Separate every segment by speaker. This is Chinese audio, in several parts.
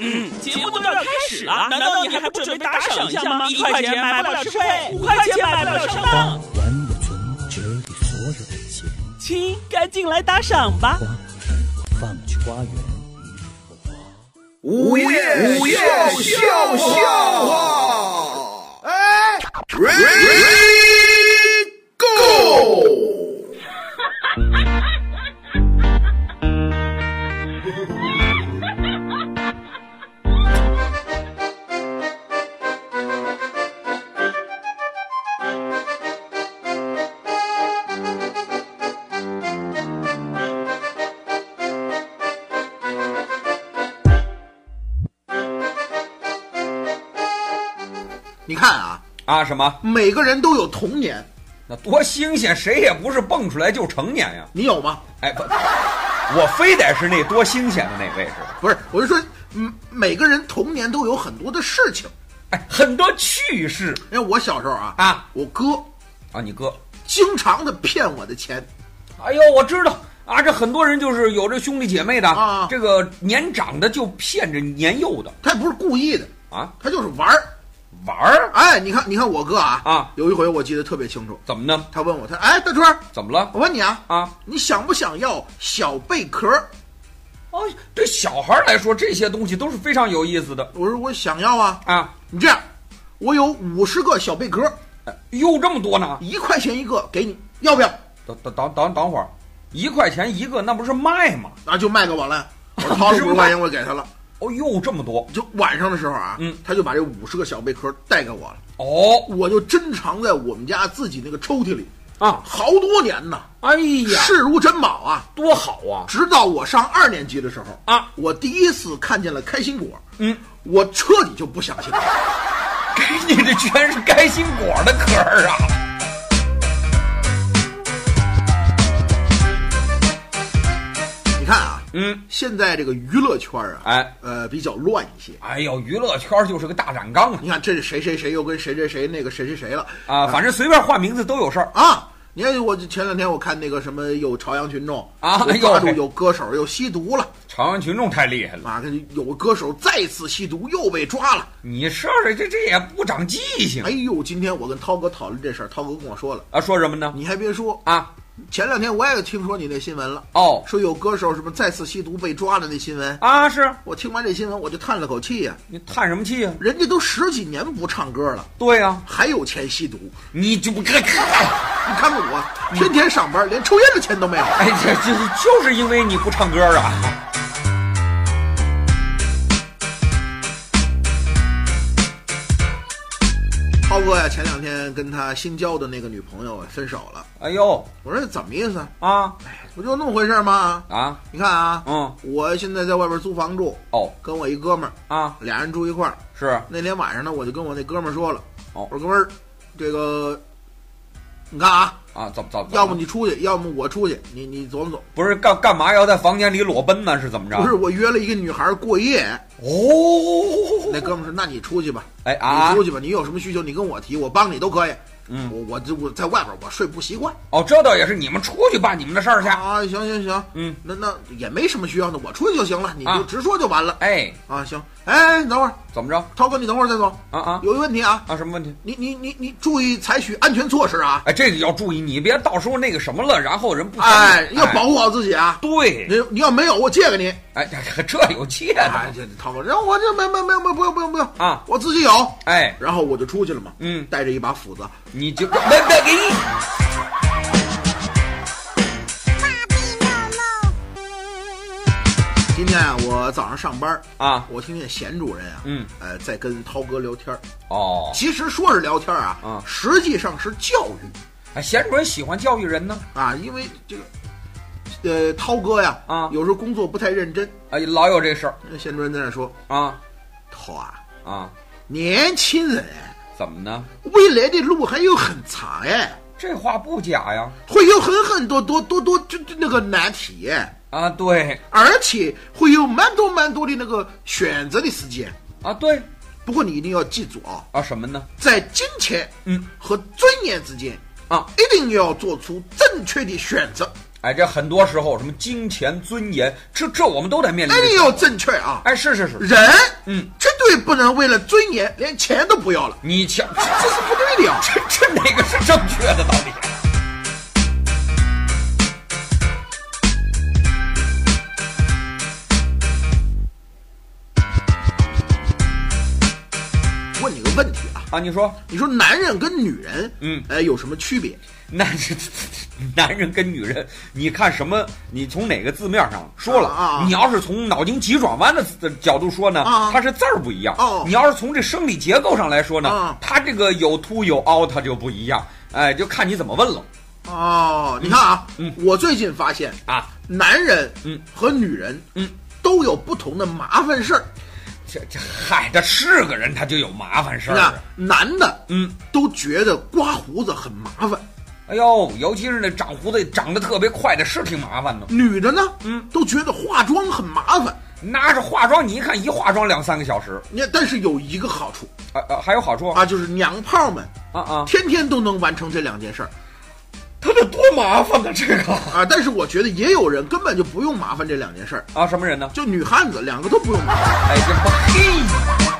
Speaker 1: 嗯，节目都要开始了，难道你还不准备打赏一下吗？一块钱买不了吃亏，五块钱买不了上
Speaker 2: 花
Speaker 1: 当。
Speaker 2: 完我存折里所有的钱，
Speaker 1: 亲，赶紧来打赏吧！
Speaker 2: 花儿放去花园。
Speaker 3: 午夜笑笑笑话，哎，Ready Go！你看啊，
Speaker 4: 啊什么？
Speaker 3: 每个人都有童年，
Speaker 4: 那多新鲜！谁也不是蹦出来就成年呀。
Speaker 3: 你有吗？
Speaker 4: 哎，不，我非得是那多新鲜的那位置。
Speaker 3: 不是，我是说，嗯，每个人童年都有很多的事情。
Speaker 4: 哎，很多趣事
Speaker 3: 因为我小时候啊，
Speaker 4: 啊
Speaker 3: 我哥
Speaker 4: 啊，你哥。
Speaker 3: 经常的骗我的钱，
Speaker 4: 哎呦，我知道啊，这很多人就是有这兄弟姐妹的，
Speaker 3: 啊
Speaker 4: 这个年长的就骗着年幼的
Speaker 3: 他也不是故意的，
Speaker 4: 啊，
Speaker 3: 他就是玩儿。
Speaker 4: 玩儿
Speaker 3: 哎，你看，你看我哥啊，
Speaker 4: 啊
Speaker 3: 有一回我记得特别清楚，
Speaker 4: 怎么呢？
Speaker 3: 他问我，他哎，大春儿，
Speaker 4: 怎么了
Speaker 3: 我问你啊，
Speaker 4: 啊？
Speaker 3: 你想不想要小贝壳儿？
Speaker 4: 哎，对小孩儿来说，这些东西都是非常有意思的
Speaker 3: 我说我想要啊。
Speaker 4: 啊。
Speaker 3: 你这样，我有五十个小贝壳儿，
Speaker 4: 哟，这么多呢？
Speaker 3: 一块钱一个，给你，要不要？
Speaker 4: 等等等等等会儿，一块钱一个，那不是卖吗？
Speaker 3: 然后就卖给我了。我掏了五十块钱，我给他了。
Speaker 4: 哦哟，这么多
Speaker 3: 就晚上的时候啊，
Speaker 4: 嗯
Speaker 3: 他就把这五十个小贝壳儿带给我了，
Speaker 4: 哦
Speaker 3: 我就珍藏在我们家自己那个抽屉里，
Speaker 4: 啊！
Speaker 3: 好多年呢，
Speaker 4: 哎呀，
Speaker 3: 视如珍宝啊。
Speaker 4: 多好啊
Speaker 3: 直到我上二年级的时候
Speaker 4: 啊！
Speaker 3: 我第一次看见了开心果，
Speaker 4: 嗯，
Speaker 3: 我彻底就不相信了。
Speaker 4: 给你的全是开心果的壳儿啊！
Speaker 3: 你看啊，
Speaker 4: 嗯，
Speaker 3: 现在这个娱乐圈啊，
Speaker 4: 哎，
Speaker 3: 呃，比较乱一些。
Speaker 4: 哎呦，娱乐圈就是个大染缸啊！
Speaker 3: 你看，这是谁谁谁又跟谁谁谁那个谁谁谁了
Speaker 4: 啊，反正随便换名字都有事儿。
Speaker 3: 啊？你看，我前两天我看那个什么，有朝阳群众
Speaker 4: 啊
Speaker 3: 有
Speaker 4: 哎呦
Speaker 3: 抓住
Speaker 4: 嘿
Speaker 3: 有歌手又吸毒了
Speaker 4: 朝阳群众太厉害了，
Speaker 3: 啊，有歌手再次吸毒又被抓了。
Speaker 4: 你试试这这也不长记性
Speaker 3: 哎呦，今天我跟涛哥讨论这事儿，涛哥跟我说了，
Speaker 4: 啊！说什么呢？
Speaker 3: 你还别说，
Speaker 4: 啊，
Speaker 3: 前两天我也听说你那新闻了，
Speaker 4: 哦
Speaker 3: 说有歌手什么再次吸毒被抓了那新闻。
Speaker 4: 啊，是
Speaker 3: 我听完这新闻，我就叹了口气呀、
Speaker 4: 你叹什么气啊？
Speaker 3: 人家都十几年不唱歌了，
Speaker 4: 对呀、
Speaker 3: 还有钱吸毒。
Speaker 4: 你就不看看。
Speaker 3: 你看看我，天天上班，连抽烟的钱都没有。
Speaker 4: 哎，这这就是因为你不唱歌啊！
Speaker 3: 涛哥呀，前两天跟他新交的那个女朋友啊分手了。
Speaker 4: 哎呦
Speaker 3: 我说怎么意思？
Speaker 4: 啊
Speaker 3: 不就那么回事吗？
Speaker 4: 啊
Speaker 3: 你看啊，
Speaker 4: 嗯，
Speaker 3: 我现在在外边租房住，
Speaker 4: 哦
Speaker 3: 跟我一哥们儿，
Speaker 4: 啊
Speaker 3: 俩人住一块儿。
Speaker 4: 是
Speaker 3: 那天晚上呢，我就跟我那哥们儿说了，
Speaker 4: 哦
Speaker 3: 我说哥们儿，这个你看啊，
Speaker 4: 啊，怎么怎么？
Speaker 3: 要么你出去，要么我出去，你你琢磨琢磨。
Speaker 4: 不是干干嘛要在房间里裸奔呢？是怎么着？
Speaker 3: 不是我约了一个女孩儿过夜，
Speaker 4: 哦，
Speaker 3: 那哥们儿说：“那你出去吧，
Speaker 4: 哎啊
Speaker 3: 你出去吧，你有什么需求你跟我提，我帮你都可以。
Speaker 4: 嗯
Speaker 3: 我我这我在外边我睡不习惯
Speaker 4: 哦，这倒也是，你们出去办你们的事儿去。
Speaker 3: 啊，行行行，
Speaker 4: 嗯，
Speaker 3: 那那也没什么需要的，我出去就行了，你
Speaker 4: 啊
Speaker 3: 就直说就完了
Speaker 4: 哎，
Speaker 3: 啊行，哎，你等会儿，
Speaker 4: 怎么着？
Speaker 3: 涛哥，你等会儿再走，
Speaker 4: 啊啊
Speaker 3: 有一个问题啊，
Speaker 4: 啊，什么问题？
Speaker 3: 你你你你注意采取安全措施啊，
Speaker 4: 哎，这个要注意，你别到时候那个什么了，然后人不
Speaker 3: 哎，要
Speaker 4: 护。
Speaker 3: 保护好自己啊。
Speaker 4: 对，
Speaker 3: 你你要没有，我借给你。
Speaker 4: 哎，这这有借的。
Speaker 3: 哎，这这涛哥，然后我这没没没没不用不用不用
Speaker 4: 啊
Speaker 3: 我自己有。
Speaker 4: 哎，
Speaker 3: 然后我就出去了嘛，
Speaker 4: 嗯
Speaker 3: 带着一把斧子，
Speaker 4: 你就别别给你。
Speaker 3: 今天啊，我早上上班儿
Speaker 4: 啊
Speaker 3: 我听见贤主任啊，
Speaker 4: 嗯，
Speaker 3: 呃，在跟涛哥聊天儿。
Speaker 4: 哦，
Speaker 3: 其实说是聊天儿啊，
Speaker 4: 啊
Speaker 3: 实际上是教育
Speaker 4: 哎，贤主任喜欢教育人呢。
Speaker 3: 啊，因为这个，呃，涛哥呀，
Speaker 4: 啊
Speaker 3: 有时候工作不太认真。
Speaker 4: 哎，老有这事儿
Speaker 3: 那贤主任在那说
Speaker 4: 啊：“
Speaker 3: 涛啊，
Speaker 4: 啊，
Speaker 3: 年轻人，
Speaker 4: 怎么呢？
Speaker 3: 未来的路还有很长哎，
Speaker 4: 这话不假呀。
Speaker 3: 会有很很多多多多就就那个难题哎，
Speaker 4: 啊，对
Speaker 3: 而且会有蛮多蛮多的那个选择的时间。
Speaker 4: 啊，对
Speaker 3: 不过你一定要记住啊，
Speaker 4: 啊，什么呢？
Speaker 3: 在金钱
Speaker 4: 嗯
Speaker 3: 和尊严之间。”
Speaker 4: 啊
Speaker 3: 一定要做出正确的选择。
Speaker 4: 哎，这很多时候什么金钱、尊严，这这我们都得面临
Speaker 3: 哎
Speaker 4: 这个。
Speaker 3: 呦，正确啊！
Speaker 4: 哎，是是是，
Speaker 3: 人，
Speaker 4: 嗯，
Speaker 3: 绝对不能为了尊严连钱都不要了，
Speaker 4: 你瞧，
Speaker 3: 这是不对的呀。
Speaker 4: 这这这哪个是正确的到底？
Speaker 3: 问你个问题啊，
Speaker 4: 啊，你说，
Speaker 3: 你说男人跟女人，
Speaker 4: 嗯
Speaker 3: 哎，有什么区别？
Speaker 4: 男人男人跟女人，你看什么？你从哪个字面上说了？
Speaker 3: 啊啊啊
Speaker 4: 你要是从脑筋急转弯的呃角度说呢，
Speaker 3: 啊啊
Speaker 4: 它是字儿不一样；
Speaker 3: 哦
Speaker 4: 你要是从这生理结构上来说呢，
Speaker 3: 啊
Speaker 4: 它这个有凸有凹，它就不一样。哎，就看你怎么问了
Speaker 3: 哦，你看啊，
Speaker 4: 嗯
Speaker 3: 我最近发现，
Speaker 4: 啊。
Speaker 3: 男人，
Speaker 4: 嗯，
Speaker 3: 和女人，
Speaker 4: 嗯，
Speaker 3: 都有不同的麻烦事儿。
Speaker 4: 这这嗨，这是个人，他就有麻烦事
Speaker 3: 你
Speaker 4: 儿
Speaker 3: 看
Speaker 4: 啊。，
Speaker 3: 男的
Speaker 4: 嗯，
Speaker 3: 都觉得刮胡子很麻烦，
Speaker 4: 哎呦，尤其是那长胡子长得特别快的，是挺麻烦的。
Speaker 3: 女的呢，
Speaker 4: 嗯，
Speaker 3: 都觉得化妆很麻烦。
Speaker 4: 拿着化妆，你一看一化妆两三个小时，
Speaker 3: 你看，但是有一个好处
Speaker 4: 啊啊，还有好处啊
Speaker 3: 啊，就是娘炮们
Speaker 4: 啊，
Speaker 3: 天天都能完成这两件事儿
Speaker 4: 他得多麻烦呢，这个
Speaker 3: 啊。但是我觉得也有人根本就不用麻烦这两件事儿，
Speaker 4: 啊，什么人呢？
Speaker 3: 就女汉子两个都不用麻烦。
Speaker 4: 哎，这不嘿，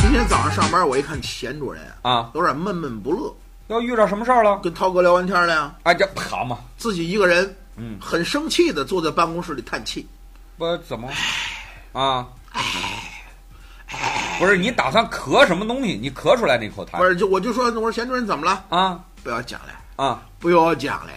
Speaker 3: 今天早上上班，我一看钱主任
Speaker 4: 啊
Speaker 3: 有点闷闷不乐，
Speaker 4: 要遇到什么事儿了？
Speaker 3: 跟涛哥聊完天了呀，
Speaker 4: 哎，这好嘛，
Speaker 3: 自己一个人，
Speaker 4: 嗯
Speaker 3: 很生气的坐在办公室里叹气。
Speaker 4: 不怎么啊？不是你打算咳什么东西？你咳出来那口痰
Speaker 3: 不是，就我就说，我说钱主任怎么了？
Speaker 4: 啊
Speaker 3: 不要讲了，
Speaker 4: 啊？
Speaker 3: 不要讲了。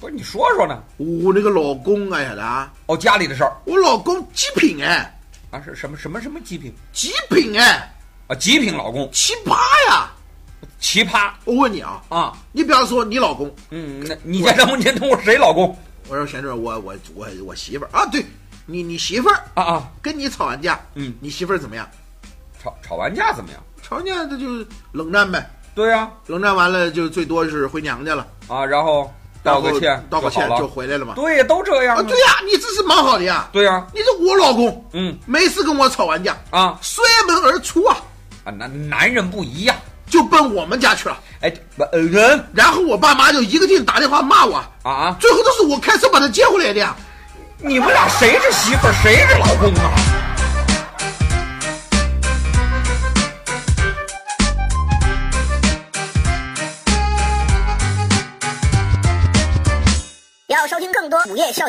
Speaker 4: 不是你说说呢？
Speaker 3: 我哦那个老公哎呀啦，
Speaker 4: 哦，家里的事儿
Speaker 3: 我老公极品哎，
Speaker 4: 啊，是什么什么什么极品
Speaker 3: 极品哎，
Speaker 4: 啊？极品老公，
Speaker 3: 奇葩呀！
Speaker 4: 奇葩
Speaker 3: 我问你啊，
Speaker 4: 啊！
Speaker 3: 你比方说你老公，
Speaker 4: 嗯，那你家张文天通我谁老公
Speaker 3: 我说钱主任，我我我我媳妇儿啊，对你你媳妇儿
Speaker 4: 啊啊？
Speaker 3: 跟你吵完架，
Speaker 4: 嗯
Speaker 3: 你媳妇儿怎么样？
Speaker 4: 吵吵完架怎么样？
Speaker 3: 吵完架这就冷战呗，
Speaker 4: 对呀、
Speaker 3: 冷战完了就最多是回娘家了，
Speaker 4: 啊，然后道个
Speaker 3: 然
Speaker 4: 歉
Speaker 3: 后，道个歉
Speaker 4: 就好
Speaker 3: 就
Speaker 4: 了。
Speaker 3: 回来了嘛。
Speaker 4: 对呀，都这样
Speaker 3: 啊，
Speaker 4: 啊。
Speaker 3: 对呀、你这是蛮好的呀。
Speaker 4: 对呀、
Speaker 3: 你说我老公
Speaker 4: 嗯
Speaker 3: 每次跟我吵完架，
Speaker 4: 啊
Speaker 3: 摔门而出啊，
Speaker 4: 啊，男男人不一样。
Speaker 3: 就奔我们家去了。
Speaker 4: 哎，不呃人
Speaker 3: 然后我爸妈就一个劲打电话骂我，
Speaker 4: 啊啊，
Speaker 3: 最后都是我开车把他接回来的呀。
Speaker 4: 你们俩谁是媳妇儿，谁是老公啊？
Speaker 5: 要收听更多午夜笑